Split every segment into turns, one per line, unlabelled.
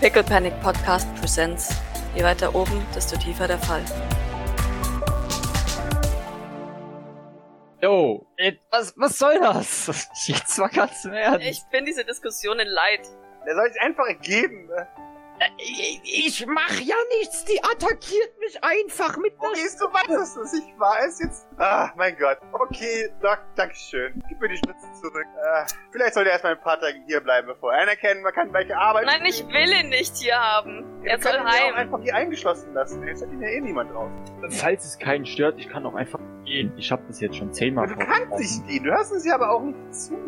Pickle Panic Podcast presents. Je weiter oben, desto tiefer der Fall.
Jo, ey, Äh, was, was soll das? Jetzt mal ganz im Ernst.
Ich bin diese Diskussionen leid.
Der soll sich einfach ergeben. ne?
Äh, Ich, ich mach ja nichts, die attackiert mich einfach mit
Wo gehst du weiter? Das ist nicht wahr. Ist jetzt. Ah, mein Gott. Okay, Doc, dankeschön. Gib mir die Spritze zurück. Äh, vielleicht sollte er erstmal ein paar Tage hier bleiben, bevor er anerkennen, man kann welche arbeiten.
Nein, ich will ihn nicht hier haben. Er soll
kann ihn ja
heim.
auch einfach hier eingeschlossen lassen. Jetzt hat ihn ja eh niemand drauf.
Falls es keinen stört, ich kann auch einfach gehen. Ich hab das jetzt schon zehnmal
Du
vorgetragen.
kannst dich nie. Du hörst uns ja aber auch nicht zu.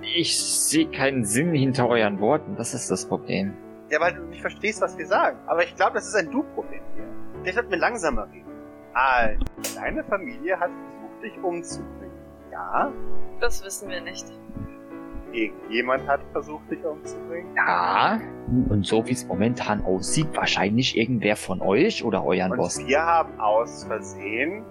Ich sehe keinen Sinn hinter euren Worten. Das ist das Problem.
Ja, weil du nicht verstehst, was wir sagen. Aber ich glaube, das ist ein Du-Problem hier. Vielleicht sollten wir langsamer reden. Also, deine Familie hat versucht, dich umzubringen. Ja,
Das wissen wir nicht.
irgendjemand hat versucht, dich umzubringen.
Ja, und so wie es momentan aussieht, wahrscheinlich irgendwer von euch oder euren
Und
Boss.
wir haben aus Versehen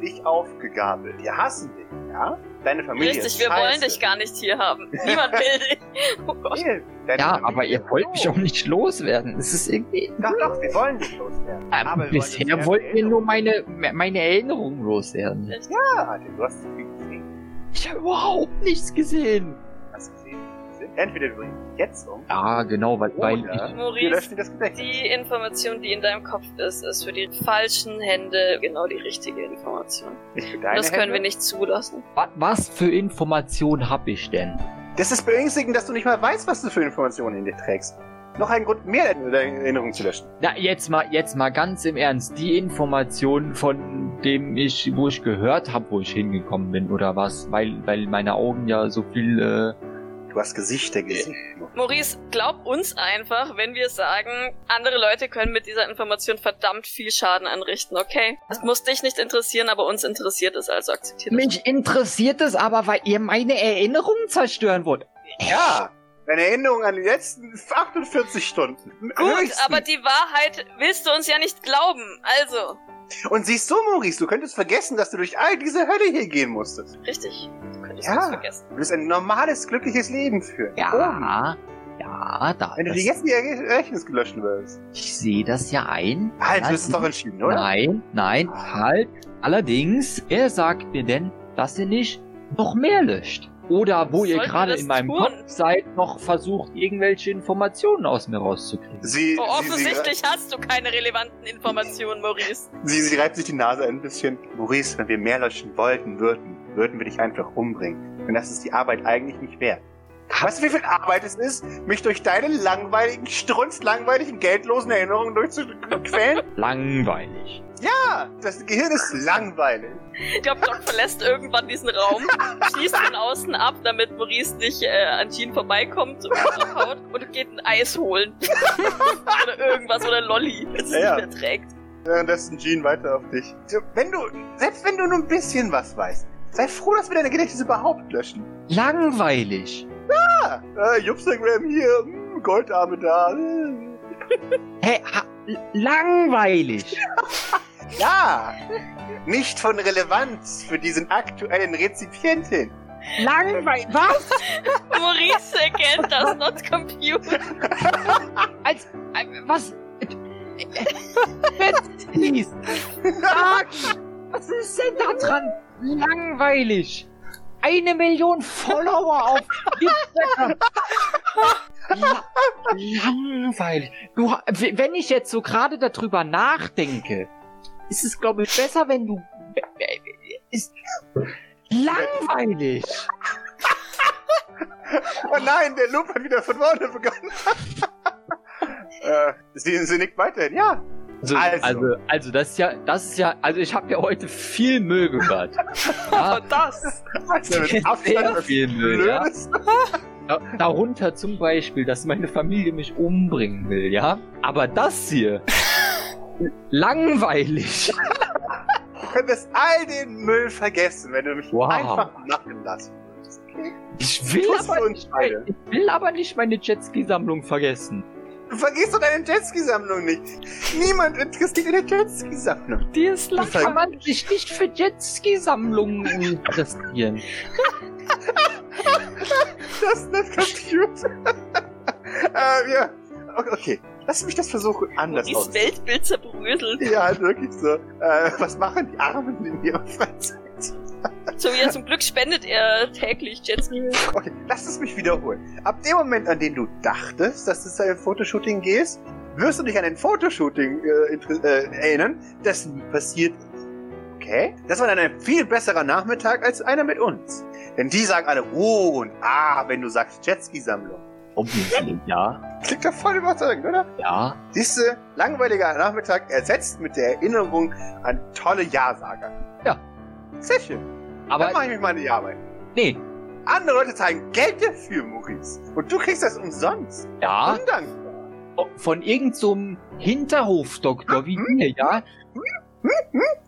dich aufgegabelt. Wir hassen dich, ja? Deine Familie
Richtig,
ist
wir
scheiße.
wollen dich gar nicht hier haben. Niemand will dich. Oh Gott.
Nee, deine
Ja,
Familie
aber ihr
ist
wollt
doof.
mich auch nicht loswerden. Es ist irgendwie...
Doch, doch, wir wollen dich loswerden. aber
Ähm,
wir wollen
bisher
uns
wollten wir
erinnern.
nur meine, meine Erinnerungen loswerden.
Ja, du hast viel gesehen.
Ich habe überhaupt nichts gesehen.
Hast du gesehen? was gesehen? Entweder du bringst dich jetzt um,
Ja, genau, weil, weil ich,
oder wir
Maurice,
löschen dir das Gedächtnis.
die Information, die in deinem Kopf ist, ist für die falschen Hände genau die richtige Information.
Nicht für deine
das können
Hände.
wir nicht zulassen.
was, was für Informationen habe ich denn?
Das ist beängstigend, dass du nicht mal weißt, was du für Informationen in dir trägst. Noch ein Grund mehr, deine Erinnerung zu löschen.
Na, jetzt mal, jetzt mal ganz im Ernst. Die Informationen, von dem ich, wo ich gehört habe, wo ich hingekommen bin oder was, weil, weil meine Augen ja so viel, äh,
Du hast Gesichter gesehen.
Maurice, glaub uns einfach, wenn wir sagen, andere Leute können mit dieser Information verdammt viel Schaden anrichten, okay? Es muss dich nicht interessieren, aber uns interessiert es, also akzeptiert es.
mich interessiert es aber, weil ihr meine Erinnerungen zerstören wollt.
Ja, deine Erinnerung an die letzten 48 Stunden.
Gut,
Höchstens.
aber die Wahrheit willst du uns ja nicht glauben. Also,
Und siehst du, Maurice, du könntest vergessen, dass du durch all diese Hölle hier gehen musstest.
richtig. Du könntest
Ja.
das vergessen. Oh,
Du wirst ein normales, glückliches Leben führen. Oh,
Ja, ja, da,
Wenn du dir
das,
jetzt die Rechnung gelöscht würdest.
ich sehe das ja ein.
Halt, du
Lass
hast es doch entschieden, oder?
Nein, nein, halt. Allerdings, wer sagt mir denn, dass ihr nicht noch mehr löscht? Oder wo ihr
Sollten
gerade
wir das
in meinem
tun?
Kopf seid, noch versucht, irgendwelche Informationen aus mir rauszukriegen.
Sie,
Oh,
sie, sie,
offensichtlich hast du keine relevanten Informationen, Maurice.
sie, sie reibt sich die Nase ein bisschen. Maurice, wenn wir mehr löschen wollten, würden, würden wir dich einfach umbringen. Denn das ist die Arbeit eigentlich nicht wert. Weißt du, wie viel Arbeit es ist, mich durch deine langweiligen, strunzlangweiligen, geldlosen Erinnerungen durchzuquälen?
Langweilig.
ja, das Gehirn ist langweilig.
Ich glaube, Doc verlässt irgendwann diesen Raum, schließt von außen ab, damit Maurice nicht äh, an Jean vorbeikommt und haut und geht ein Eis holen. oder irgendwas oder Lolli, das es
Ja, ja.
nicht mehr trägt.
Währenddessen Jean weiter auf dich. Wenn du, selbst wenn du nur ein bisschen was weißt, sei froh, dass wir deine Gedächtnisse überhaupt löschen.
Langweilig.
Ah, äh, Jupstagram hier, hm, Goldarme da. hm.
Hä? Ha langweilig.
Ja, nicht von Relevanz für diesen aktuellen Rezipientin.
Langweil. Was?
Maurice erkennt das, not computer.
Äh, Was? Äh, äh, Sagen. Was ist denn da dran? Langweilig. Eine Million Follower auf Instagram. La langweilig. Du, ha- w- wenn ich jetzt so gerade darüber nachdenke, ist es, glaube ich, besser, wenn du... Ist langweilig.
Oh nein, der Loop hat wieder von vorne begonnen. äh, sie, sie nickt weiterhin, ja.
Also,
Also.
also. also, das ist ja, das ist ja, also ich habe ja heute viel Müll gehört. ja,
Und das.
Also mit Abstand
sehr
das
viel Müll, ja.
Blödes.
Da- Darunter zum Beispiel, dass meine Familie mich umbringen will, ja. Aber das hier, langweilig.
Du könntest all den Müll vergessen, wenn du mich
Wow.
einfach machen lassen würdest.
Ich will,
Tust du
aber,
uns beide.
ich will aber nicht meine Jetski-Sammlung vergessen.
Du vergisst doch deine Jetski-Sammlung nicht. Niemand interessiert deine Jetski-Sammlung.
Die ist lang.
Das heißt-
Kann man sich nicht für Jetski-Sammlungen interessieren?
Das ist nicht Computer. äh, ja. O- Okay. Lass mich das versuchen, anders
Maurice
auszudrücken.
Weltbild zerbröselt.
Ja, halt wirklich so. Äh, was machen die Armen in ihrer Freizeit?
So wie er zum Glück spendet er täglich Jetski.
Okay, lass es mich wiederholen. Ab dem Moment, an dem du dachtest, dass du zu einem Fotoshooting gehst, wirst du dich an ein Fotoshooting äh, inter- äh, erinnern, das nie passiert ist. Okay? Das war dann ein viel besserer Nachmittag als einer mit uns. Denn die sagen alle Wow und Ah, wenn du sagst Jetski-Sammlung.
Obviously, ja.
Klingt doch voll überzeugend, oder?
Ja.
Siehste, langweiliger Nachmittag ersetzt mit der Erinnerung an tolle Ja-Sager.
Ja.
Sehr schön. Dann
Aber
mache ich mich mal an die Arbeit.
nee,
Andere Leute zahlen Geld dafür, Maurice. Und du kriegst das umsonst.
Ah.
ja,
Undank.
von irgendeinem so einem Hinterhofdoktor wie
Hm?
mir, ja,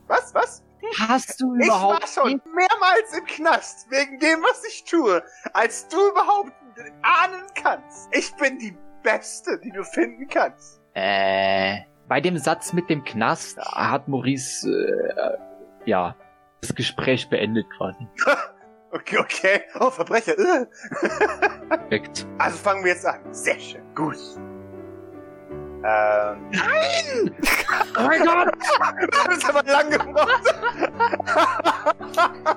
Was, was?
hast du
Ich war
überhaupt
schon mehrmals im Knast wegen dem, was ich tue, als du überhaupt ahnen kannst. Ich bin die Beste, die du finden kannst.
Äh, bei dem Satz mit dem Knast hat Maurice, äh, ja, das Gespräch beendet quasi.
Okay, okay. Oh, Verbrecher. Äh.
Perfekt.
Also fangen wir jetzt an. Sehr schön. Gut. Ähm.
Oh mein Gott!
Das ist aber lang gebraucht.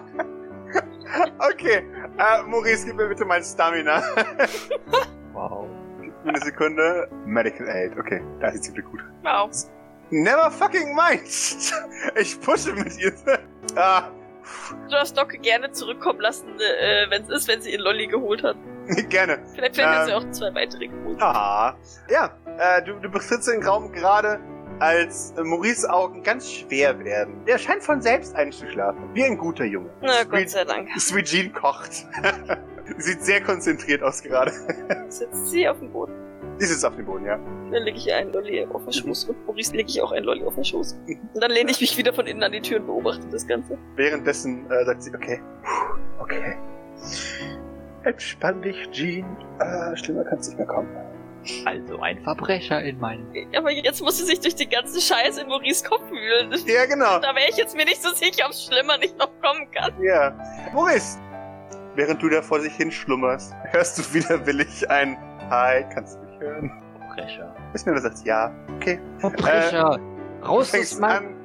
okay. Äh, Maurice, gib mir bitte mein Stamina.
Wow.
Eine Sekunde. Medical Aid. Okay, da ist ziemlich gut.
Wow.
Never fucking mind. Ich pushe mit ihr. Ah,
Du darfst Doc gerne zurückkommen lassen, äh, wenn es ist, wenn sie ihn Lolly geholt hat.
gerne.
Vielleicht werden wir
Ähm.
sie auch zwei weitere geholt.
Ah. Ja, äh, du, du betrittst den Raum gerade, als äh, Maurice Augen ganz schwer werden. Der scheint von selbst einzuschlafen. Wie ein guter Junge.
Na, Gott sei Dank.
Sweet Jean kocht. Sieht sehr konzentriert aus gerade.
Sitzt sie auf dem Boden.
Die sitzt auf dem Boden, ja.
Dann lege ich ihr einen Lolly auf den Schoß und Maurice lege ich auch einen Lolly auf den Schoß. Und dann lehne ich mich wieder von innen an die Tür und beobachte das Ganze.
Währenddessen äh, sagt sie, okay, puh, okay. Entspann dich, Jean. Äh, schlimmer kann's nicht mehr kommen.
Also ein Verbrecher in meinem.
Aber jetzt muss sie sich durch den ganzen Scheiß in Maurice Kopf wühlen.
Ja, genau.
Da wäre ich jetzt mir nicht so sicher, ob es schlimmer nicht noch kommen kann.
Ja. Maurice, während du da vor sich hin schlummerst, hörst du widerwillig ein Hi, kannst du mich hören?
Verbrecher.
Ist mir was sagt, ja.
Verbrecher! Raus aus
fängst
meinem.
an,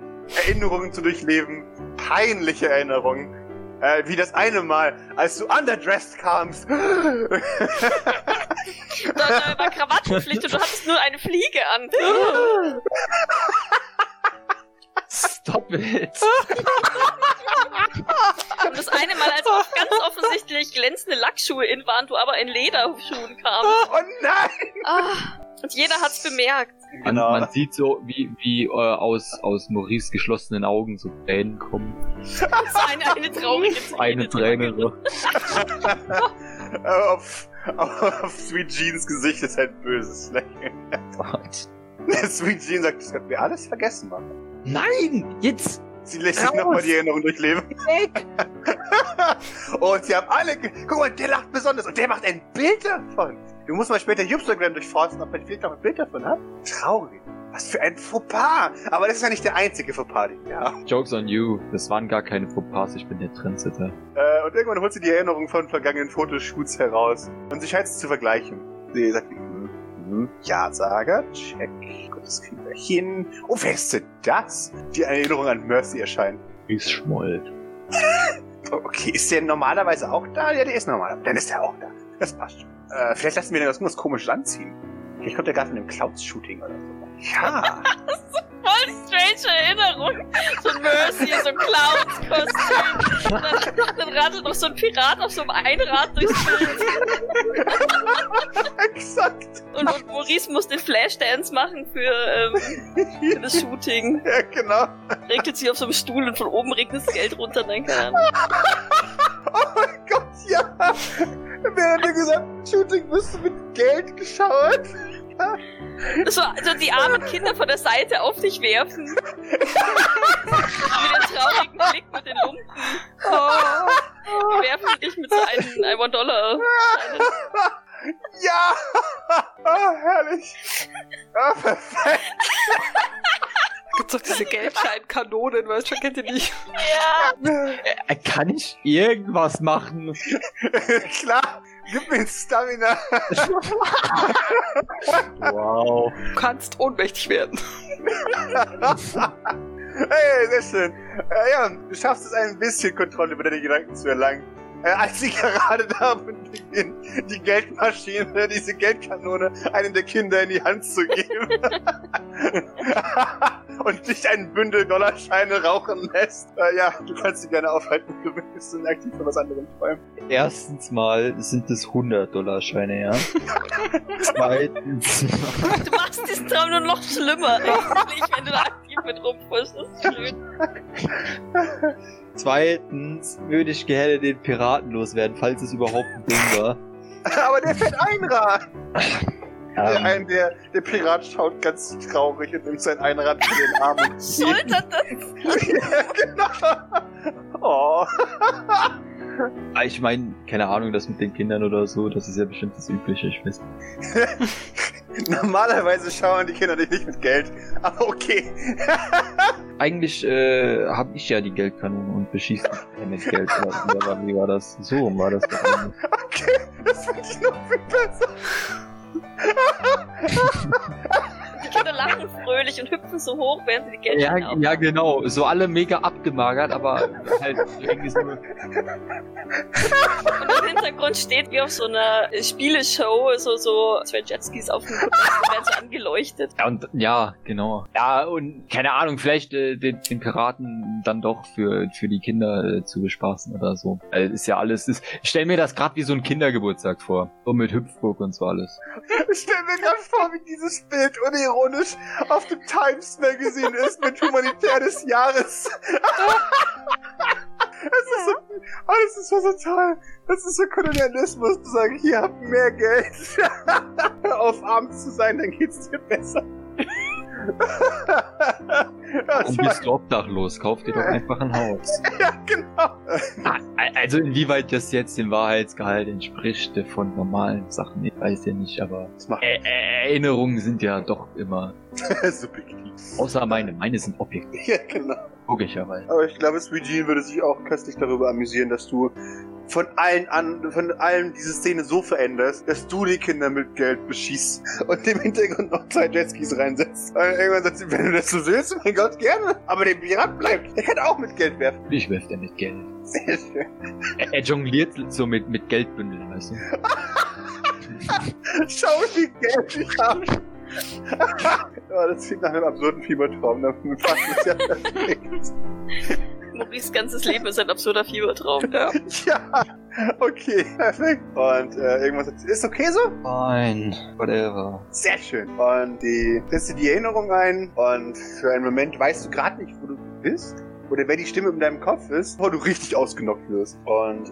Erinnerungen zu durchleben, peinliche Erinnerungen. Äh, wie das eine Mal, als du underdressed kamst. Oh
Da, da war Krawattenpflicht und du hattest nur eine Fliege an.
Stop it!
Und das eine Mal, als auch ganz offensichtlich glänzende Lackschuhe in waren, du aber in Lederschuhen kamst.
oh nein!
Ah, und jeder hat's bemerkt.
Man,
Genau.
man
Genau.
sieht so, wie, wie äh, aus, aus Maurice geschlossenen Augen so Tränen kommen.
Das war eine, eine traurige Träne.
Eine Träne so.
Äh, auf, auf Sweet Jeans Gesicht ist ein böses Lächeln.
Gott.
Sweet Jean sagt, das können wir alles vergessen machen.
Nein! Jetzt!
Sie lässt sich
Raus!
nochmal die Erinnerung durchleben.
Weg!
Und sie haben alle, ge- guck mal, der lacht besonders und der macht ein Bild davon. Du musst mal später Instagram durchforsten, ob man vielleicht noch ein Bild davon hat. Traurig. Was für ein Fauxpas. Aber das ist ja nicht der einzige Fauxpas, den wir haben.
Jokes on you. Das waren gar keine Fauxpas, ich bin der Trendsetter.
Äh, und irgendwann holt sie die Erinnerung von vergangenen Fotoshoots heraus. Und sie scheint es zu vergleichen. Sie sagt, mhm, mhm, Ja-Sager, check. Gut, das kriegen wir hin. Oh, wer ist denn das? Die Erinnerung an Mercy erscheint.
Ist schmollt.
Okay, ist der normalerweise auch da? Ja, der ist normal. Dann ist er auch da. Das passt schon. Äh, vielleicht lassen wir den aus irgendwas komisches anziehen. Vielleicht kommt er gerade von einem Clouds-Shooting oder so. Ja.
Voll die strange Erinnerung. So Mercy, so ein Clowns-Kostüm. Dann, dann radelt noch so ein Pirat auf so einem Einrad durchs Bild.
Exakt.
Und, und Maurice muss den Flashdance machen für, ähm, für das Shooting.
Ja, genau.
Regnet sich auf so einem Stuhl und von oben regnet das Geld runter. Nein, keine Ahnung.
Oh mein Gott, ja. Während dem gesamten Shooting bist du mit Geld geschaut.
So, so also die armen Kinder von der Seite auf dich werfen. mit dem traurigen Blick mit den Lumpen. Die werfen sie dich mit so einem einem One-Dollar.
Ja! Oh, herrlich! Oh, perfekt!
Gibt's doch diese Geldscheinkanonen, weißt du, kennt ihr die?
Ja.
Äh, kann ich irgendwas machen?
Klar! Gib mir jetzt Stamina.
Wow.
Du kannst ohnmächtig werden.
Hey, sehr schön. Äh, ja, du schaffst es ein bisschen Kontrolle über deine Gedanken zu erlangen. Äh, als sie gerade da beginnt, die Geldmaschine, diese Geldkanone einem der Kinder in die Hand zu geben und dich ein Bündel Dollarscheine rauchen lässt. Äh, ja, du kannst sie gerne aufhalten, du bist dann aktiv von was anderem träumen.
Erstens mal sind es 100-Dollar-Scheine, ja. Zweitens mal.
Du machst diesen Traum nur noch schlimmer, eigentlich, wenn du da aktiv mit rumpfuschst. Das ist schön.
Zweitens würde ich gerne den Piraten loswerden, falls es überhaupt ein Ding war.
Aber der fährt Einrad. Der,
Ähm,
ein, der, der Pirat schaut ganz traurig und nimmt sein Einrad in den Arm. und zieht.
Schultert das
ja, genau. Oh.
ich meine, keine Ahnung, das mit den Kindern oder so, das ist ja bestimmt das Übliche, ich weiß.
Normalerweise schauen die Kinder dich nicht mit Geld, aber okay.
Eigentlich äh, habe ich ja die Geldkanone und beschieße die mit Geld. Oder, oder war- wie war das? So rum war das. doch eigentlich.
Okay, das finde ich noch viel besser.
Die Kinder lachen fröhlich und hüpfen so hoch, während sie die Geld
Ja, ja, genau. So alle mega abgemagert, aber halt irgendwie so.
Und im Hintergrund steht wie auf so einer äh, Spieleshow, so, so zwei Jetskis auf dem Podest werden so angeleuchtet.
Ja, und, ja, genau. Ja, und keine Ahnung, vielleicht äh, den, den Piraten dann doch für, für die Kinder äh, zu bespaßen oder so. Äh, ist ja alles. Ist, ich stelle mir das gerade wie so ein Kindergeburtstag vor. So mit Hüpfburg und so alles.
Ich stelle mir gerade vor, wie dieses Bild unironisch auf dem Times Magazine ist mit Humanitär des Jahres. Das ist so, oh, das ist so total. Das ist so Kolonialismus zu sagen, hier habt mehr Geld. Hör auf arm zu sein, dann geht's dir besser. Ja,
Und bist du obdachlos? Kauf dir doch einfach ein Haus.
genau.
Ah, Also inwieweit das jetzt dem Wahrheitsgehalt entspricht äh, von normalen Sachen, ich weiß ja nicht, aber
Das macht
Ä- Ä- Erinnerungen sind ja doch immer.
subjektiv.
Außer meine. Meine sind objektiv,
Ja, genau.
logischerweise.
Aber ich glaube, Eugene würde sich auch köstlich darüber amüsieren, dass du von allen an, von allen diese Szene so veränderst, dass du die Kinder mit Geld beschießt und im Hintergrund noch zwei Jetskis reinsetzt. Und irgendwann sagt sie, wenn du das so willst, mein Gott, gerne. Aber der Pirat bleibt. Der kann auch mit Geld werfen.
Ich werf dir mit Geld.
Sehr schön.
Er, er jongliert so mit, mit Geldbündeln, weißt du?
Schau, wie viel Geld ich habe. ja, das klingt nach einem absurden Fiebertraum. Da fassen wir es ja perfekt.
Maurice' ganzes Leben ist ein absurder Fiebertraum. Ja.
Ja, okay, perfekt. Und äh, irgendwas sagt sie, ist okay so?
Fine, whatever.
Sehr schön. Und die setzt dir die Erinnerung ein und für einen Moment weißt du gerade nicht, wo du bist. Oder wer die Stimme in deinem Kopf ist, wo du richtig ausgenockt wirst. Und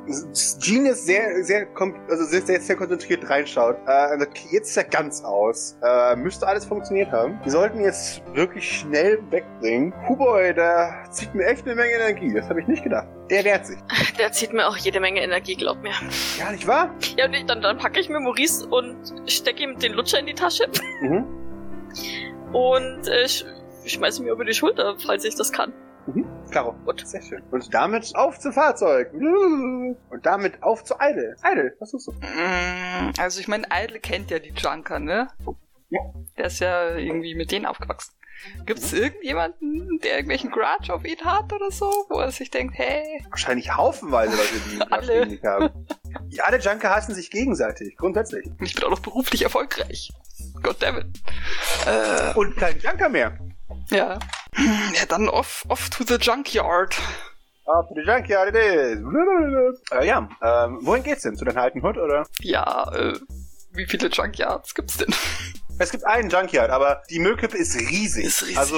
Jean ist sehr, sehr, kom- also sehr, sehr, sehr konzentriert reinschaut. Äh, und sagt, okay, jetzt ist er ganz aus. Äh, müsste alles funktioniert haben. Wir sollten ihn jetzt wirklich schnell wegbringen. Huboy, da zieht mir echt eine Menge Energie. Das habe ich nicht gedacht. Der wehrt sich.
Der zieht mir auch jede Menge Energie, glaub mir.
Ja, nicht wahr?
Ja, und ich, dann, dann packe ich mir Maurice und stecke ihm den Lutscher in die Tasche
Mhm.
und äh, sch schmeiße ihn mir über die Schulter, falls ich das kann.
Klaro.
Gut.
Sehr schön. Und damit auf zum Fahrzeug. Und damit auf zu Eidel. Eidel, was suchst du?
Mm, Also ich meine, Idle kennt ja die Junker, ne?
Ja.
Der ist ja irgendwie mit denen aufgewachsen. Gibt's irgendjemanden, der irgendwelchen Grudge auf ihn hat oder so, wo er sich denkt, hey,
Wahrscheinlich haufenweise Leute, die
Alle.
Maschinen nicht haben. Ja, alle Junker hassen sich gegenseitig, grundsätzlich.
ich bin auch noch beruflich erfolgreich. Goddammit. Äh,
Und kein Junker mehr.
ja. Hm, Ja, dann off, off to the junkyard.
Auf Ah, die Junkyard it is. Äh, ja, ähm, wohin geht's denn? Zu deinem alten Hut, oder?
Ja, äh, wie viele Junkyards gibt's denn?
Es gibt einen Junkyard, aber die Müllkippe ist riesig. Also,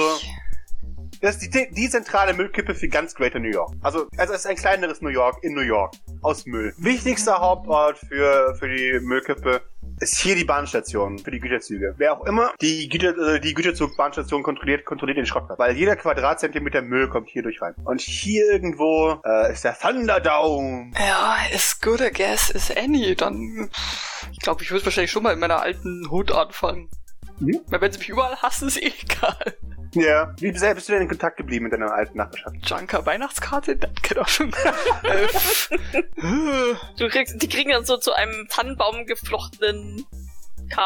das ist die, die zentrale Müllkippe für ganz Greater New York. Also, also es ist ein kleineres New York in New York aus Müll. Wichtigster Hauptort für, für die Müllkippe ist hier die Bahnstation für die Güterzüge. Wer auch immer die, Güter, äh, die Güterzug-Bahnstation kontrolliert, kontrolliert den Schrottplatz. Weil jeder Quadratzentimeter Müll kommt hier durch rein. Und hier irgendwo äh, ist der Thunderdome.
Ja, as good a guess as any. Dann, pff, ich glaube, ich würde wahrscheinlich schon mal in meiner alten Hut anfangen.
Mhm.
Weil wenn sie mich überall hassen, ist eh egal.
Ja. Wie sehr bist du denn in Kontakt geblieben mit deiner alten Nachbarschaft?
Junker Weihnachtskarte? Danke dafür. Äh, pff.
Du kriegst, die kriegen dann so zu einem Tannenbaum geflochtenen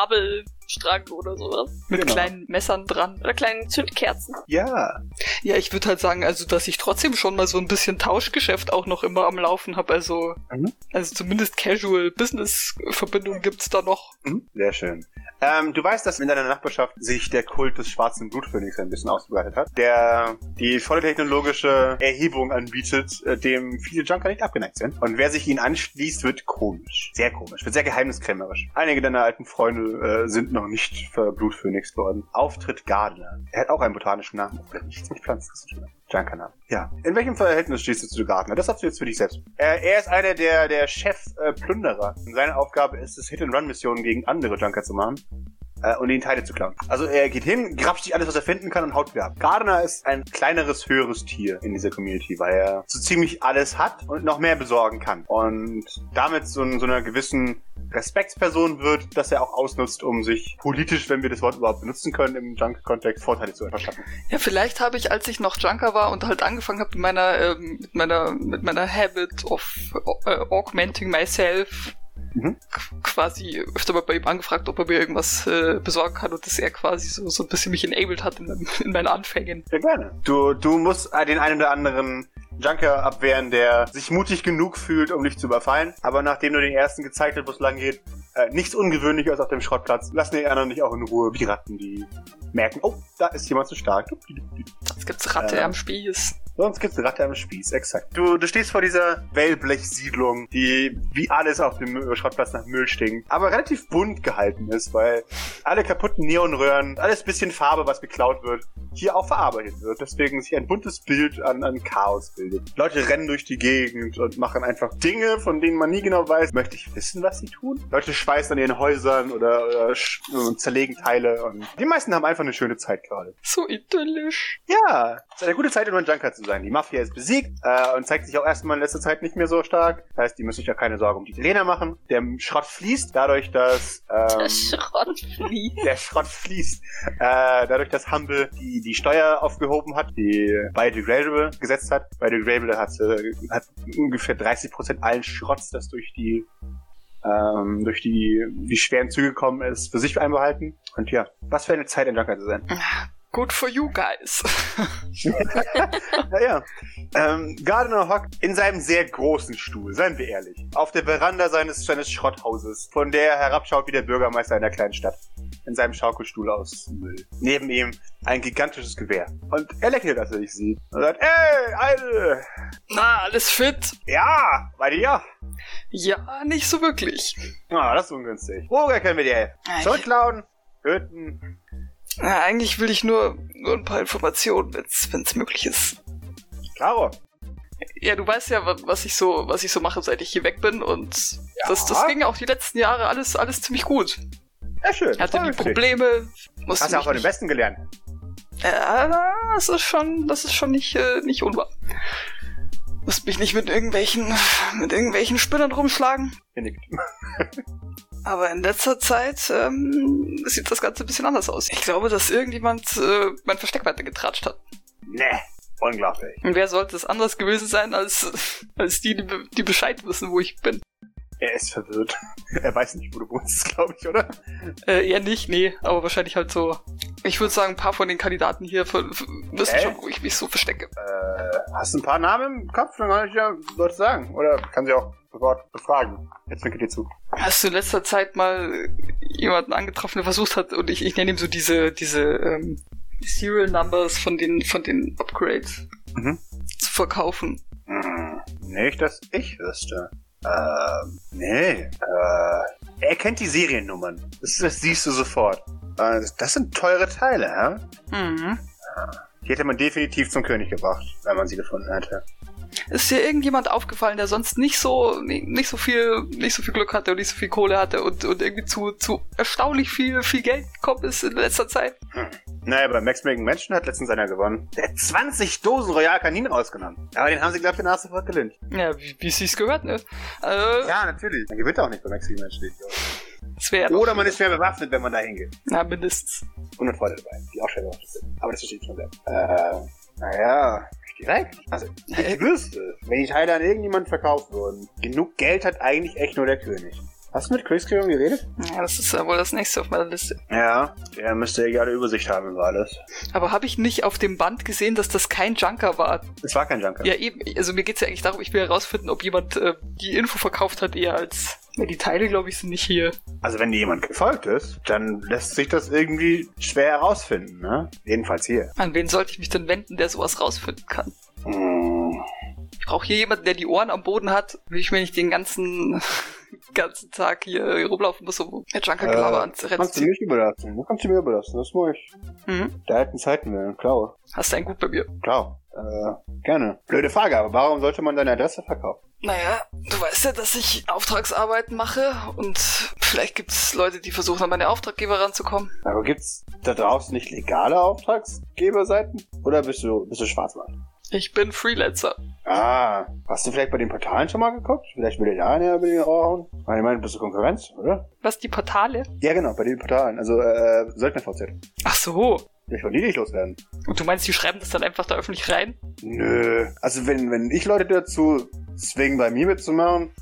Kabelstrang oder sowas.
Mit
Genau.
kleinen Messern dran.
Oder kleinen Zündkerzen.
Ja.
Ja, ich würde halt sagen, also dass ich trotzdem schon mal so ein bisschen Tauschgeschäft auch noch immer am Laufen habe. Also,
Mhm.
also zumindest Casual Business Verbindung gibt's da noch.
Mhm. Sehr schön. Ähm, du weißt, dass in deiner Nachbarschaft sich der Kult des schwarzen Blutphönix ein bisschen ausgebreitet hat, der die volle technologische Erhebung anbietet, äh, dem viele Junker nicht abgeneigt sind. Und wer sich ihnen anschließt, wird komisch. Sehr komisch. Wird sehr geheimniskrämerisch. Einige deiner alten Freunde äh, sind noch nicht verblutphönix worden. Auftritt Gardner. Er hat auch einen botanischen Namen. Oder nicht? Ich pflanze das schon. Junker-Name. Ja. In welchem Verhältnis stehst du zu Gardner? Das hast du jetzt für dich selbst. Äh, er ist einer der, der Chef-Plünderer. Und seine Aufgabe ist es, Hit-and-Run-Missionen gegen andere Junker zu machen äh, und ihnen Teile zu klauen. Also er geht hin, grapscht sich alles, was er finden kann und haut wieder ab. Gardner ist ein kleineres, höheres Tier in dieser Community, weil er so ziemlich alles hat und noch mehr besorgen kann. Und damit so, ein- so einer gewissen Respektsperson wird, dass er auch ausnutzt, um sich politisch, wenn wir das Wort überhaupt benutzen können, im Junk-Kontext Vorteile zu verschaffen.
Ja, vielleicht habe ich, als ich noch Junker war und halt angefangen habe mit meiner, ähm, mit meiner, mit meiner Habit of äh, augmenting myself,
Mhm.
qu- quasi öfter mal bei ihm angefragt, ob er mir irgendwas äh, besorgen kann und dass er quasi so, so ein bisschen mich enabled hat in, meinem- in meinen Anfängen.
Sehr gerne. Du, du musst äh, den einen oder anderen Junker abwehren, der sich mutig genug fühlt, um dich zu überfallen. Aber nachdem du den ersten gezeigt hast, wo es lang geht, äh, nichts Ungewöhnliches auf dem Schrottplatz. Lassen die anderen nicht auch in Ruhe. Piraten, die merken, oh, da ist jemand zu stark.
Jetzt gibt's Ratte
Ja.
am Spieß.
Sonst gibt's Ratte am Spieß, exakt. Du, du stehst vor dieser Wellblechsiedlung, die wie alles auf dem Mü- Schrottplatz nach Müll stinkt, aber relativ bunt gehalten ist, weil alle kaputten Neonröhren, alles bisschen Farbe, was geklaut wird, hier auch verarbeitet wird. Deswegen sich ein buntes Bild an, an Chaos bildet. Leute rennen durch die Gegend und machen einfach Dinge, von denen man nie genau weiß, möchte ich wissen, was sie tun? Leute schweißen an ihren Häusern oder, oder sch- und zerlegen Teile und die meisten haben einfach eine schöne Zeit gerade.
So idyllisch.
Ja, es ist eine gute Zeit, um ein Junker zu sein. Die Mafia ist besiegt äh, und zeigt sich auch erstmal in letzter Zeit nicht mehr so stark. Das heißt, die müssen sich ja keine Sorgen um die Italiener machen. Der Schrott fließt dadurch, dass... Ähm,
Der Schrott fliegt.
der Schrott fließt. Äh, dadurch, dass Humble die, die Steuer aufgehoben hat, die Biodegradable gesetzt hat. Biodegradable hat, äh, hat ungefähr 30% allen Schrotts, das durch die ähm, durch die, die schweren Züge gekommen ist, für sich einbehalten. Und ja, was für eine Zeit, ein Junker zu sein.
Good for you guys.
Naja, ähm, Gardner hockt in seinem sehr großen Stuhl, seien wir ehrlich, auf der Veranda seines, seines Schrotthauses, von der er herabschaut wie der Bürgermeister einer kleinen Stadt. In seinem Schaukelstuhl aus Müll. Neben ihm ein gigantisches Gewehr. Und er lächelt, als er dich sieht. Und sagt, ey, Alte!
Na, Ah, alles fit?
Ja, bei dir?
Ja, nicht so wirklich.
Ah, das ist ungünstig. Woher können wir dir helfen? Zurückklauen? Töten?
Na, eigentlich will ich nur, nur ein paar Informationen, wenn's, wenn's möglich ist.
Klaro.
Ja, du weißt ja, wa- was ich so, was ich so mache, seit ich hier weg bin und das, das
Ja.
ging auch die letzten Jahre alles, alles ziemlich gut.
Ja, schön.
Ich hatte
Freut
die
mich für dich.
Probleme, musste
Hast du auch von den
mich
Besten gelernt.
nicht, äh, na, das ist schon, das ist schon nicht, äh, nicht unwahr. Musste mich nicht mit irgendwelchen, mit irgendwelchen Spinnern rumschlagen.
Er nickt.
Aber in letzter Zeit ähm, sieht das Ganze ein bisschen anders aus. Ich glaube, dass irgendjemand äh, mein Versteck weitergetratscht hat.
Nee, unglaublich.
Und wer sollte es anders gewesen sein, als, als die, die, be- die Bescheid wissen, wo ich bin?
Er ist verwirrt. Er weiß nicht, wo du wohnst, glaube ich, oder?
Äh, eher nicht, nee, aber wahrscheinlich halt so. Ich würde sagen, ein paar von den Kandidaten hier von, f- wissen
Hä?
schon, wo ich mich so verstecke.
Äh, hast du ein paar Namen im Kopf? Dann kann ich ja Leute sagen. Oder kann sie auch sofort befragen. Jetzt winke dir zu.
Hast du in letzter Zeit mal jemanden angetroffen, der versucht hat, und ich, ich nenne ihm so diese, diese ähm, Serial Numbers von den, von den Upgrades
Mhm.
zu verkaufen?
Hm, nicht, dass ich wüsste. Ähm, nee. Äh, er kennt die Seriennummern. Das, das siehst du sofort. Äh, das sind teure Teile, hä?
Mhm.
Die hätte man definitiv zum König gebracht, wenn man sie gefunden hätte.
Ist dir irgendjemand aufgefallen, der sonst nicht so, ni- nicht so viel, nicht so viel Glück hatte und nicht so viel Kohle hatte und, und irgendwie zu, zu erstaunlich viel, viel Geld gekommen ist in letzter Zeit?
Naja, bei Max Making Menschen hat letztens einer gewonnen. Der hat 20 Dosen Royal Canin rausgenommen. Aber den haben sie, glaube ich, danach sofort gelyncht.
Ja, wie, wie es sich gehört, ne? Äh,
Ja, natürlich. Man gewinnt auch nicht bei Max Making Menschen.
Es wäre
Oder man ist schwer bewaffnet, wenn man da hingeht.
na mindestens.
100 Vorteile dabei, die auch schwer bewaffnet sind. Aber das verstehe ich schon sehr. Äh, naja, nicht direkt. Also, ich wüsste, wenn die Teile an irgendjemanden verkauft würden, genug Geld hat eigentlich echt nur der König. Hast du mit Königsgehörn geredet?
Ja, das ist ja wohl das nächste auf meiner Liste.
Ja, der müsste ja gerade Übersicht haben über alles.
Aber habe ich nicht auf dem Band gesehen, dass das kein Junker war?
Es war kein Junker.
Ja, eben. Also mir geht's ja eigentlich darum, ich will herausfinden, ob jemand äh, die Info verkauft hat, eher als. Ja, die Teile, glaube ich, sind nicht hier.
Also wenn dir jemand gefolgt ist, dann lässt sich das irgendwie schwer herausfinden, ne? Jedenfalls hier.
An wen sollte ich mich denn wenden, der sowas rausfinden kann?
Hm,
Ich brauche hier jemanden, der die Ohren am Boden hat. Will ich mir nicht den ganzen, ganzen Tag hier rumlaufen muss, um der Junker
Äh,
Gelaber anzurennen.
kannst du mich überlassen. Du kannst du mir überlassen, das muss ich.
Mhm.
Der alten Zeiten wählen, klar.
Hast du einen gut bei mir?
Klar. Äh, gerne. Blöde Frage, aber warum sollte man deine Adresse verkaufen?
Naja, du weißt ja, dass ich Auftragsarbeiten mache und vielleicht gibt's Leute, die versuchen, an meine Auftraggeber ranzukommen.
Aber gibt's da draußen nicht legale Auftragsgeberseiten? Oder bist du, bist du Schwarzmarkt?
Ich bin Freelancer.
Ah, hast du vielleicht bei den Portalen schon mal geguckt? Vielleicht will dir da einer über die Ohren. hauen? Ich meine, bist du Konkurrenz, oder?
Was, die Portale?
Ja, genau, bei den Portalen. Also, äh, Söldner-VZ.
Ach so.
Ich will die nicht loswerden.
Und du meinst, die schreiben das dann einfach da öffentlich rein?
Nö. Also, wenn, wenn ich Leute dazu zwingen, bei mir mitzumachen,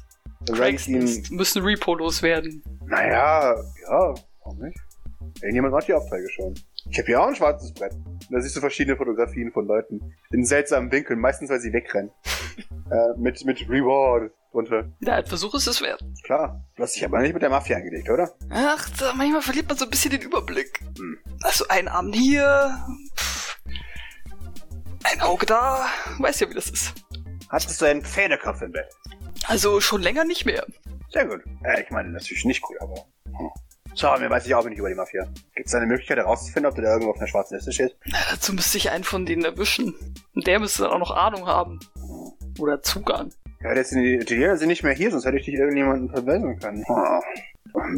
dann sag ich ihnen,
Craigslist müssen Repolos werden.
Naja, ja, warum nicht? Irgendjemand macht die Aufträge schon. Ich habe hier auch ein schwarzes Brett. Und Da siehst du verschiedene Fotografien von Leuten in seltsamen Winkeln, meistens weil sie wegrennen. äh, mit, mit Reward drunter.
Ja, ein Versuch ist es wert.
Klar. Du hast dich aber nicht mit der Mafia angelegt, oder?
Ach, da manchmal verliert man so ein bisschen den Überblick.
Hm.
Also ein Arm hier, pff, ein Auge da, weiß ja, wie das ist.
Hattest du einen Pferdekopf im Bett?
Also schon länger nicht mehr.
Sehr gut. Äh, ich meine, natürlich nicht gut, aber. Hm. So, mir weiß ich auch nicht über die Mafia. Gibt es eine Möglichkeit herauszufinden, ob du da irgendwo auf einer schwarzen Liste stehst?
Na, dazu müsste ich einen von denen erwischen. Und der müsste dann auch noch Ahnung haben.
Hm.
Oder Zugang.
Ja, jetzt sind die Italiener sind nicht mehr hier, sonst hätte ich dich irgendjemanden verweisen können. Ah.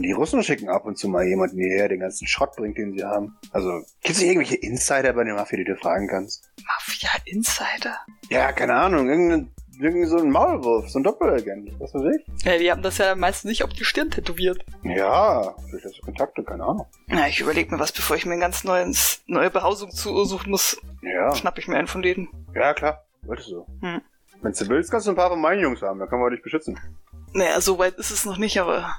Die Russen schicken ab und zu mal jemanden hierher, der den ganzen Schrott bringt, den sie haben. Also, gibt es irgendwelche Insider bei der Mafia, die du fragen kannst?
Mafia-Insider?
Ja, keine Ahnung, irgendein, irgendein so ein Maulwurf, so ein Doppelagent, was weiß ich.
Ja, die haben das ja meistens nicht auf die Stirn tätowiert.
Ja, vielleicht hast du Kontakte, keine Ahnung.
Na, ich überlege mir was, bevor ich mir eine ganz neues, neue Behausung zusuchen muss.
Ja,
Schnapp ich mir einen von denen.
ja klar, solltest du.
Hm.
Wenn du willst, kannst du ein paar von meinen Jungs haben, dann können wir dich beschützen.
Naja, so weit ist es noch nicht, aber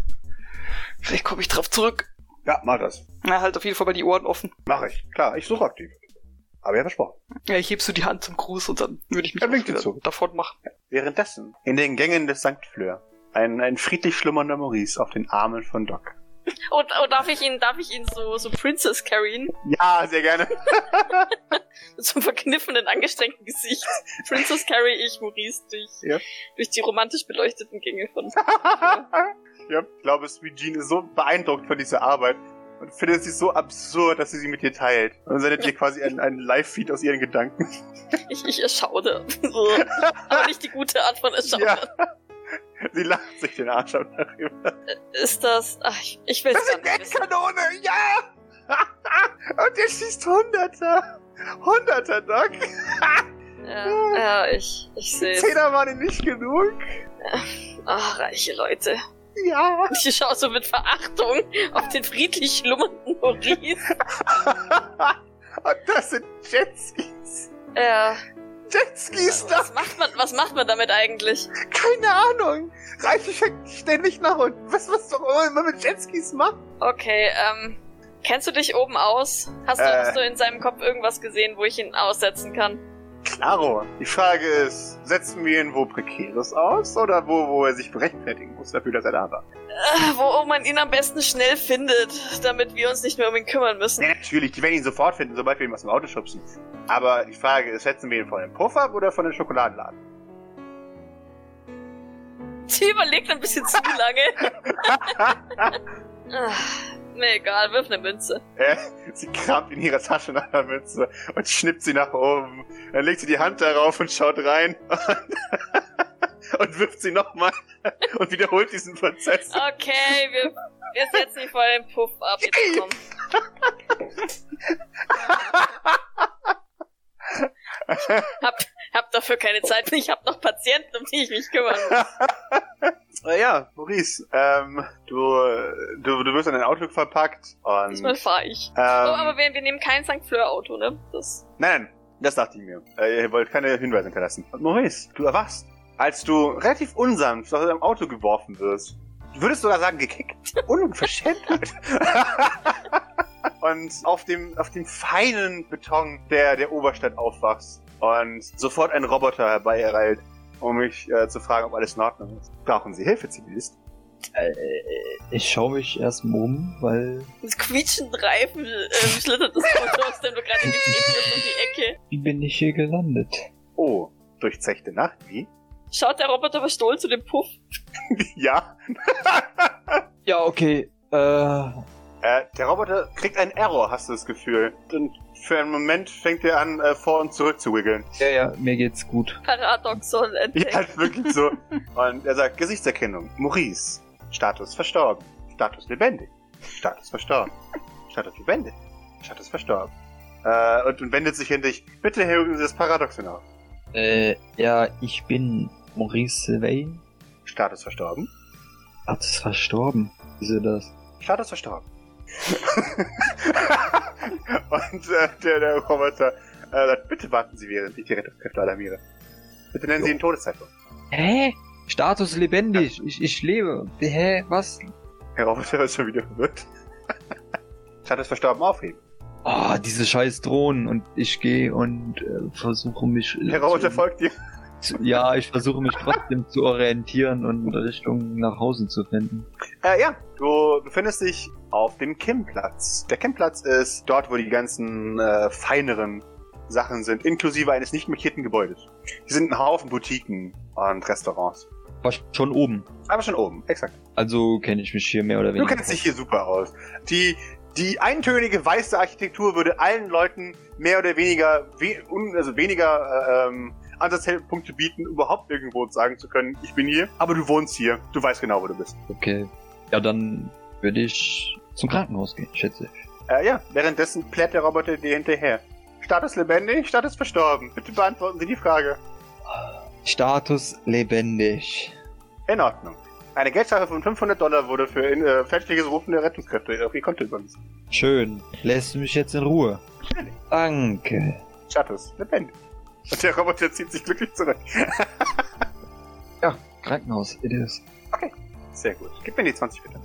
vielleicht komme ich drauf zurück.
Ja, mach das.
Na, halt auf jeden Fall mal die Ohren offen.
Mach ich. Klar, ich suche aktiv. Aber ja, versprochen.
Ja, ich heb so die Hand zum Gruß und dann würde ich mich
Er winkt
auch
dir zu.
davon machen.
Währenddessen, in den Gängen des St. Fleur, ein, ein friedlich schlummernder Maurice auf den Armen von Doc.
Und, und darf ich ihn, darf ich ihn so, so Princess carryen?
Ja, sehr gerne.
Mit so einem verkniffenen, angestrengten Gesicht. Princess carry ich Maurice durch,
Ja.
durch die romantisch beleuchteten Gänge von.
ja, ich glaube, Sweet Jean ist so beeindruckt von dieser Arbeit und findet sie so absurd, dass sie sie mit dir teilt. Und sendet dir quasi einen, einen Live-Feed aus ihren Gedanken.
Ich, ich erschaude. So. Aber nicht die gute Art von erschaude.
Ja. Sie lacht sich den Arsch ab darüber.
Ist das. Ach, ich- ich will es
Das
gar
ist
nicht wissen.
Geldkanone, ja! und der schießt Hunderter. Hunderter, Doc.
Ja, ja, ich, ich sehe.
Zehner waren nicht genug.
Ach, reiche Leute.
Ja.
Und ich schaue so mit Verachtung auf den friedlich schlummernden Maurice.
Und das sind Jetskis.
Ja.
Jetskis, das
Was macht man, was macht man damit eigentlich?
Keine Ahnung. Reife fängt ständig nach unten. Was, was doch immer mit Jetskis macht.
Okay, ähm. Kennst du dich oben aus? Hast du,
Äh.
hast du in seinem Kopf irgendwas gesehen, wo ich ihn aussetzen kann?
Klaro. Die Frage ist, setzen wir ihn wo Prekäres aus oder wo, wo er sich rechtfertigen muss dafür, dass er da war?
Äh, wo man ihn am besten schnell findet, damit wir uns nicht mehr um ihn kümmern müssen.
Nee, natürlich, die werden ihn sofort finden, sobald wir ihn aus dem Auto schubsen. Aber die Frage ist, setzen wir ihn von dem Puffer ab oder von dem Schokoladenladen?
Sie überlegt ein bisschen zu lange. Ach, Mir egal, wirf eine Münze.
Sie kramt in ihrer Tasche nach der Mütze und schnippt sie nach oben. Dann legt sie die Hand darauf und schaut rein und wirft sie nochmal und wiederholt diesen Prozess.
Ah. Okay, wir, wir setzen ihn vor den Puff ab. Jetzt komm. Hab, hab dafür keine Zeit, ich hab noch Patienten, um die ich mich kümmern muss.
Äh, ja, Maurice, ähm, du, äh, du, du wirst in dein Outlook verpackt und.
Diesmal fahre ich. oh, aber
Ähm,
wir, wir nehmen kein St. Fleur-Auto, ne? Das
nein, nein, das dachte ich mir. Äh, ihr wollt keine Hinweise hinterlassen. Und Maurice, du erwachst. Als du relativ unsanft aus deinem Auto geworfen wirst, du würdest sogar sagen, gekickt. Unverschämtheit. und auf dem, auf dem feinen Beton der, der Oberstadt aufwachst und sofort ein Roboter herbeieilt, um mich äh, zu fragen, ob alles in Ordnung ist. Brauchen Sie Hilfe, Zivilist?
Äh, Ich schaue mich erstmal um, weil.
das quietschend Reifen äh, schlittert das Auto aus dem du gerade getreten bist um die Ecke.
Wie bin ich hier gelandet?
Oh, durchzechte Nacht, wie?
Schaut der Roboter verstohlen zu dem Puff.
ja.
Ja, okay. Äh,
Äh, der Roboter kriegt einen Error, hast du das Gefühl. Und für einen Moment fängt er an, äh, vor und zurück zu wiggeln.
ja, ja, mir geht's gut.
Paradoxon entdeckt.
Ja, halt wirklich so. Und er sagt, Gesichtserkennung, Maurice, Status verstorben, Status lebendig, Status verstorben, Status lebendig, Status verstorben. Äh, und, und wendet sich hinter dich, bitte hören Sie das Paradoxon auf.
Äh, ja, ich bin Maurice Sylvain.
Status verstorben,
Ach, das ist verstorben. Wieso das?
Status verstorben. und äh, der, der Roboter äh, sagt, bitte warten Sie, während ich die Rettungskräfte alarmiere. Bitte nennen Sie den Todeszeitpunkt.
Hä? Status lebendig. Ich, ich lebe. Hä? Was?
Herr Roboter ist schon wieder verwirrt. Status verstorben aufheben.
Ah, diese scheiß Drohnen. Und ich gehe und äh, versuche mich. äh,
Herr Roboter
zu-
folgt dir.
zu, Ja, ich versuche mich trotzdem zu orientieren und Richtung nach Hause zu finden.
Äh, ja, du befindest dich auf dem Kimmplatz. Der Kimmplatz ist dort, wo die ganzen äh, feineren Sachen sind, inklusive eines nicht markierten Gebäudes. Hier sind ein Haufen Boutiquen und Restaurants.
War schon oben.
Aber schon oben, exakt.
Also kenne ich mich hier mehr oder
Du
weniger.
kennst dich hier super aus. Die, die eintönige weiße Architektur würde allen Leuten mehr oder weniger, we un also weniger äh, ähm, Ansatzpunkte bieten, überhaupt irgendwo sagen zu können, ich bin hier, aber du wohnst hier, du weißt genau, wo du bist.
Okay. Ja, dann würde ich zum Krankenhaus gehen, schätze ich.
Äh, ja, währenddessen plärt der Roboter dir hinterher. Status lebendig, Status verstorben. Bitte beantworten Sie die Frage.
Status lebendig.
In Ordnung. Eine Geldstrafe von 500 Dollar wurde für in, äh, fälschliches Rufen der Rettungskräfte auf ihr Konto überwiesen.
Schön. Lässt du mich jetzt in Ruhe? Danke.
Status lebendig. Und der Roboter zieht sich glücklich zurück.
Krankenhaus, it is.
Sehr gut. Gib mir die 20 bitte.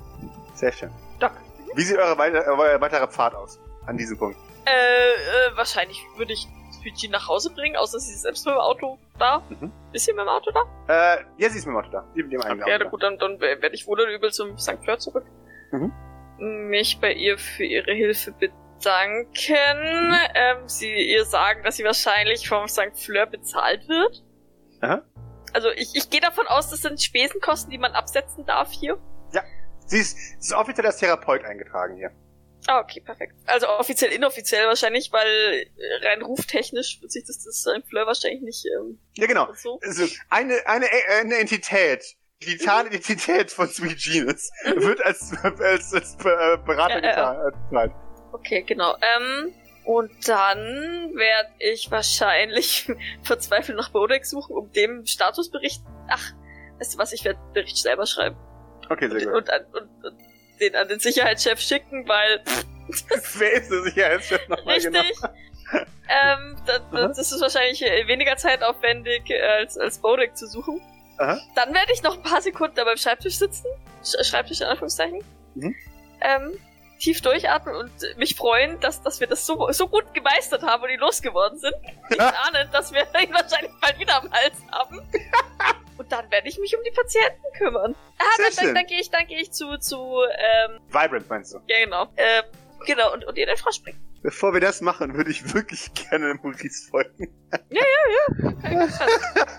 Sehr schön. Doc, wie sieht eure, weiter, eure weitere Fahrt aus an diesem Punkt?
Äh, äh, wahrscheinlich würde ich Luigi nach Hause bringen, außer sie ist selbst mit dem Auto da.
Mhm.
Ist sie mit dem Auto da?
Äh, ja, sie ist mit dem Auto da. Sie ist mit dem einen
Ja,
Auto
na gut, dann, dann werde ich wohl oder übel zum St. Fleur zurück.
Mhm.
Mich bei ihr für ihre Hilfe bedanken. Ähm, sie ihr sagen, dass sie wahrscheinlich vom St. Fleur bezahlt wird.
Aha.
Also ich, ich gehe davon aus, das sind Spesenkosten, die man absetzen darf hier.
da. Sie ist, sie ist offiziell als Therapeut eingetragen hier.
Ah, okay, perfekt. Also offiziell, inoffiziell wahrscheinlich, weil äh, rein ruftechnisch wird sich das, das St. Fleur wahrscheinlich nicht ähm,
Ja, genau.
so.
Also eine, eine, äh, eine Entität, die digitale
Mhm.
Identität von Sweet Genius, wird als, als, als äh, Berater
Ja, ja,
gezahlt.
Okay, genau. Ähm, und dann werde ich wahrscheinlich verzweifelt nach Bodex suchen, um dem Statusbericht. Ach, weißt du was, ich werde Bericht selber schreiben.
Okay,
Und,
sehr gut.
und, an- und, und den an den Sicherheitschef schicken, weil.
Wer ist der Sicherheitschef nochmal
richtig.
genau?
Ähm, das, das ist wahrscheinlich äh, weniger zeitaufwendig äh, als, als Bodek zu suchen.
Aha.
Dann werde ich noch ein paar Sekunden da beim Schreibtisch sitzen. Sch äh, Schreibtisch in Anführungszeichen.
Mhm.
Ähm, tief durchatmen und äh, mich freuen, dass, dass wir das so, so gut gemeistert haben und ihn losgeworden sind. Nicht ahnend, dass wir ihn wahrscheinlich bald wieder am Hals haben. und dann werde ich mich um die Patienten kümmern. Ah,
Sehr
dann, dann,
schön.
dann gehe ich, dann gehe ich zu, zu, ähm,
Vibrant meinst du?
ja genau. Ähm, genau, und, und ihr den Frosch bringen.
Bevor wir das machen, würde ich wirklich gerne Maurice folgen.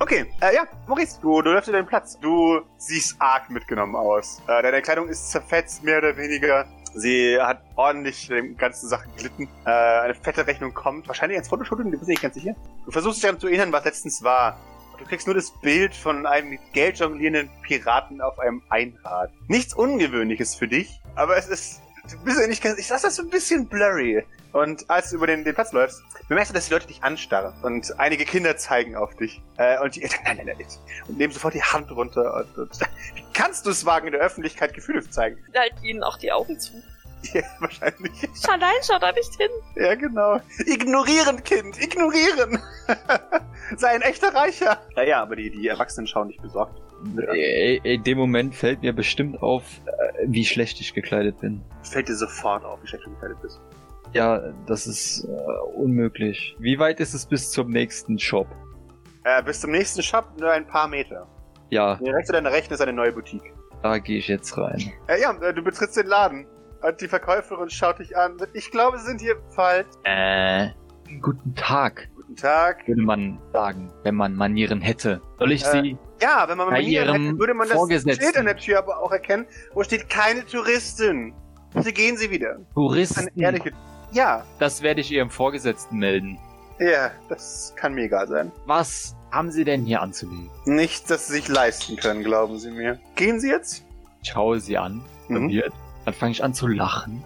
Okay, äh, ja, Maurice, du, du läufst dir deinen Platz. Du siehst arg mitgenommen aus. Äh, deine Kleidung ist zerfetzt, mehr oder weniger. Sie hat ordentlich dem ganzen Sachen gelitten. Äh, eine fette Rechnung kommt. Wahrscheinlich als Fotoshooting, du bist nicht ganz sicher. Du versuchst dich daran zu erinnern, was letztens war. Du kriegst nur das Bild von einem mit Geld jonglierenden Piraten auf einem Einrad. Nichts Ungewöhnliches für dich, aber es ist... Du bist ja nicht ganz... Ich lasse das so ein bisschen blurry. Und als du über den, den Platz läufst, bemerkst du, dass die Leute dich anstarren und einige Kinder zeigen auf dich. Äh, und die, nein, nein, nein, nicht. Und nehmen sofort die Hand runter. Und, und, wie kannst du es wagen, in der Öffentlichkeit Gefühle zu zeigen?
Halt ihnen auch die Augen zu.
Ja, wahrscheinlich.
Schau nein, schau da nicht hin.
Ja, genau. Ignorieren, Kind, ignorieren. Sei ein echter Reicher. Naja, aber die, die Erwachsenen schauen dich besorgt.
Äh, äh, In dem Moment fällt mir bestimmt auf, äh, wie schlecht ich gekleidet bin.
Fällt dir sofort auf, wie schlecht du gekleidet bist.
Ja, das ist äh, unmöglich. Wie weit ist es bis zum nächsten Shop?
Äh, bis zum nächsten Shop nur ein paar Meter.
Ja,
Direkt zu deiner Rechten ist eine neue Boutique.
da gehe ich jetzt rein.
Äh, ja, äh, du betrittst den Laden. Und die Verkäuferin schaut dich an. Ich glaube, sie sind hier falsch.
Äh, guten Tag,
Guten Tag.
würde man sagen, wenn man Manieren hätte. Soll ich
Äh,
sie?
Ja, wenn man
Bei ihrem
hätte, würde man das
Vorgesetzten.
Schild an der Tür aber auch erkennen, wo steht keine Touristin. Bitte gehen Sie wieder. Eine
Touristen,
ehrliche. Ja,
das werde ich ihrem Vorgesetzten melden.
ja, das kann mir egal sein.
Was haben sie denn hier anzubieten?
Nicht, dass Sie sich leisten können, glauben Sie mir. Gehen Sie jetzt?
Ich schaue sie an, verwirrt. Dann fange ich an zu lachen.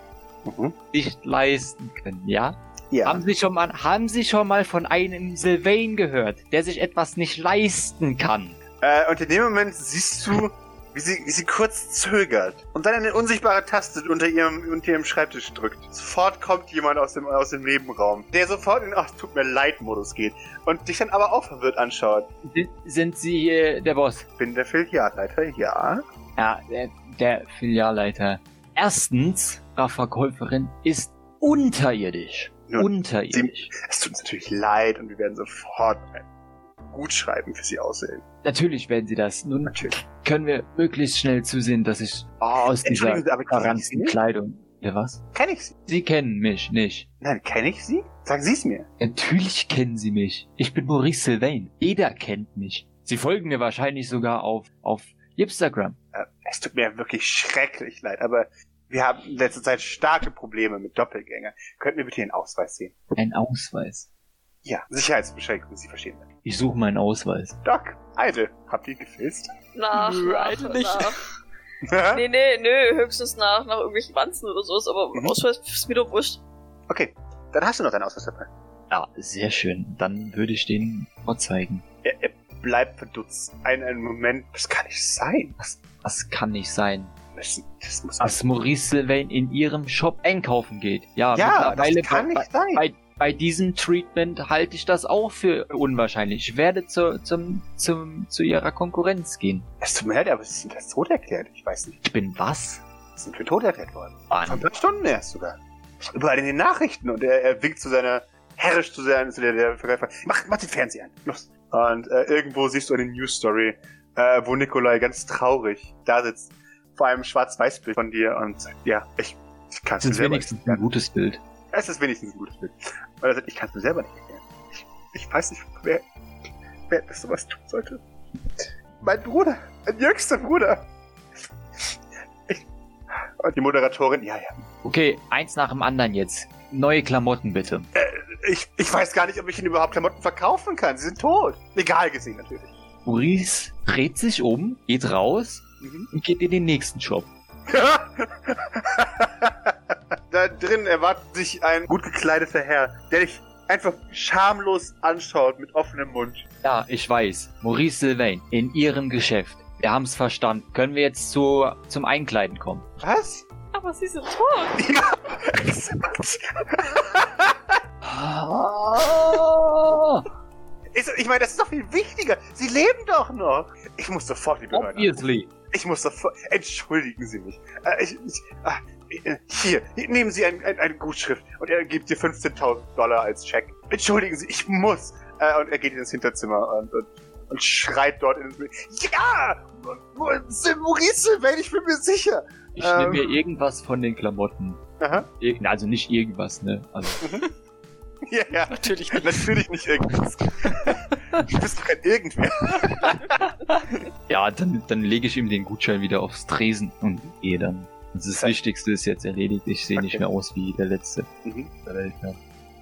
Mhm.
Nicht leisten können, ja?
Ja.
Haben, sie schon mal, haben Sie schon mal von einem Sylvain gehört, der sich etwas nicht leisten kann?
Äh, und in dem Moment siehst du, wie sie, wie sie kurz zögert und dann eine unsichtbare Taste unter ihrem, unter ihrem Schreibtisch drückt. Sofort kommt jemand aus dem, aus dem Nebenraum, der sofort in, ach, tut mir leid, Modus geht und dich dann aber auch verwirrt anschaut.
Sind, sind Sie äh, der Boss?
Bin der Filialleiter, ja.
Ja, der, der Filialleiter. Erstens, Frau Verkäuferin ist unterirdisch.
Nun,
unterirdisch.
Es tut uns natürlich leid und wir werden sofort ein Gutschreiben für sie aussehen.
Natürlich werden Sie das. Nun
Natürlich.
können wir möglichst schnell zusehen, dass ich aus dieser
Entschuldigen Sie, aber kenne ich sie
verranzten
nicht?
Kleidung... Ja, was?
Kenne ich sie?
Sie kennen mich nicht.
Nein, kenne ich sie? Sagen Sie es mir.
Natürlich kennen sie mich. Ich bin Maurice Sylvain. Jeder kennt mich. Sie folgen mir wahrscheinlich sogar auf, auf Instagram.
Es tut mir wirklich schrecklich leid, aber wir haben in letzter Zeit starke Probleme mit Doppelgängern. Könnten wir bitte Ihren Ausweis sehen?
Ein Ausweis.
Ja, Sicherheitsbeschränkungen, Sie verstehen das.
Ich suche meinen Ausweis.
Doc, Eide, habt ihr gefilzt?
Nach,
Nö,
nach,
Alter, nicht.
nach. Nee, nee, nö, höchstens nach, nach irgendwelchen Wanzen oder sowas, aber
Mhm.
Ausweis ist mir doch wurscht.
okay, dann hast du noch deinen Ausweis dabei.
Ja, sehr schön. Dann würde ich den vorzeigen.
Er, er bleibt verdutzt. Einen, einen Moment, das kann nicht sein
Das kann nicht sein.
müssen. Das muss
Dass Maurice Sylvain in ihrem Shop einkaufen geht. Ja,
Ja, das
mittlerweile
kann
bei,
nicht sein.
bei, bei diesem Treatment halte ich das auch für unwahrscheinlich. Ich werde zu, zum, zum, zu ihrer Konkurrenz gehen.
Es tut mir leid, aber es ist das tot erklärt. Ich weiß nicht,
Ich bin was?
es sind für tot erklärt worden. Vor ein
Mann.
paar Stunden erst sogar. Überall in den Nachrichten und er, er winkt zu seiner, herrisch zu seiner, zu der, der Verkäufer. Mach, mach den Fernseher an. Los. Und äh, irgendwo siehst du eine News Story, äh, wo Nikolai ganz traurig da sitzt. Vor einem Schwarz-Weiß-Bild von dir und sagt, ja, ich, ich kann es
Das
mir
ist
selber
wenigstens ein gutes Bild.
Es ist wenigstens ein gutes Bild. Und er sagt, ich kann es mir selber nicht erklären. Ich, ich weiß nicht, wer, wer das sowas tun sollte. Mein Bruder, mein jüngster Bruder. Ich, und die Moderatorin, ja, ja.
Okay, eins nach dem anderen jetzt. Neue Klamotten bitte.
Äh, Ich, ich weiß gar nicht, ob ich ihnen überhaupt Klamotten verkaufen kann. Sie sind tot. Legal gesehen natürlich.
Maurice dreht sich um, geht raus
Mhm.
und geht in den nächsten Shop.
da drin erwartet sich ein gut gekleideter Herr, der dich einfach schamlos anschaut mit offenem Mund.
Ja, ich weiß. Maurice Sylvain, in ihrem Geschäft. Wir haben's verstanden. Können wir jetzt zu, zum Einkleiden kommen?
Was?
Aber sie sind tot.
Ja. Ist- ich meine, das ist doch viel wichtiger. Sie leben doch noch. Ich muss sofort die Behörden
Obviously.
Ich muss sofort. Entschuldigen Sie mich. Äh, ich, ich, ah, äh, hier, hier, nehmen Sie ein, ein, eine Gutschrift und er gibt dir 15.000 Dollar als Scheck. Entschuldigen Sie, ich muss. Äh, und er geht ins Hinterzimmer und, und, und schreit dort ins. Ja! Äh, Maurice, wenn ich bin mir sicher.
Ich nehme
Ähm.
mir irgendwas von den Klamotten.
Aha.
Irg- Also nicht irgendwas, ne? Also,
Ja, ja.
Natürlich nicht.
Natürlich nicht irgendwas. du bist doch kein Irgendwer.
ja, dann, dann lege ich ihm den Gutschein wieder aufs Tresen und gehe dann. Das, ist das Wichtigste ist jetzt erledigt. Ich sehe nicht
Okay.
mehr aus wie der letzte
Mhm.
der Welt. Ja.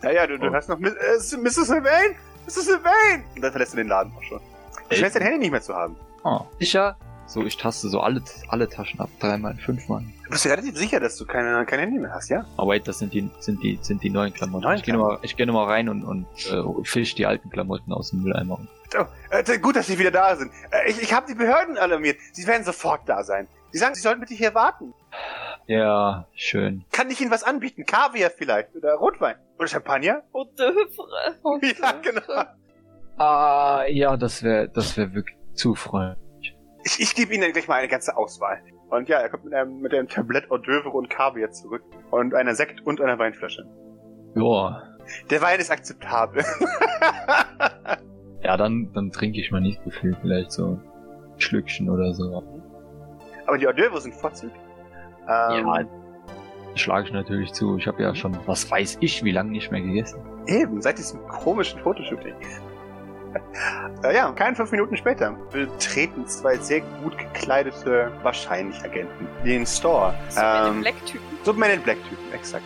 Naja, du, du
Oh.
hast noch Miss- äh, Mrs. Sylvain! Mrs. Sylvain! Und dann verlässt du den Laden auch schon. Ich
Ey.
weiß dein Handy nicht mehr zu haben.
Oh. Sicher, So, ich taste so alle, alle Taschen ab. Dreimal, fünfmal.
Du bist dir relativ sicher, dass du keine, kein Handy mehr hast, ja?
Oh wait, das sind die, sind die, sind die neuen Klamotten.
Neuen
ich gehe nochmal, ich geh noch mal rein und, und äh, fisch die alten Klamotten aus dem Mülleimer.
Oh, äh, gut, dass sie wieder da sind. Äh, ich ich habe die Behörden alarmiert. Sie werden sofort da sein. Sie sagen, sie sollen bitte hier warten.
Ja, schön.
Kann ich ihnen was anbieten? Kaviar vielleicht? Oder Rotwein? Oder Champagner?
Und der Hüpfere.
Ja, genau.
Ah, ja, das wäre, das wäre wirklich zu freundlich.
Ich, ich gebe ihnen dann gleich mal eine ganze Auswahl. Und ja, er kommt mit einem, mit einem Tablett Hors d'oeuvre und Kaviar zurück. Und einer Sekt und einer Weinflasche.
Ja.
Der Wein ist akzeptabel.
Ja, dann, dann trinke ich mal nicht so viel. Vielleicht so ein Schlückchen oder so.
Aber die Hors d'oeuvre sind vorzüglich. Ähm,
Ja, schlage ich natürlich zu. Ich habe ja schon, was weiß ich, wie lange nicht mehr gegessen.
Eben, seit diesem komischen Fotoshooting. Äh, ja, keine fünf Minuten später betreten zwei sehr gut gekleidete, wahrscheinlich Agenten, den Store.
So ähm, Black-Typen.
Superman in Black-Typen, exakt.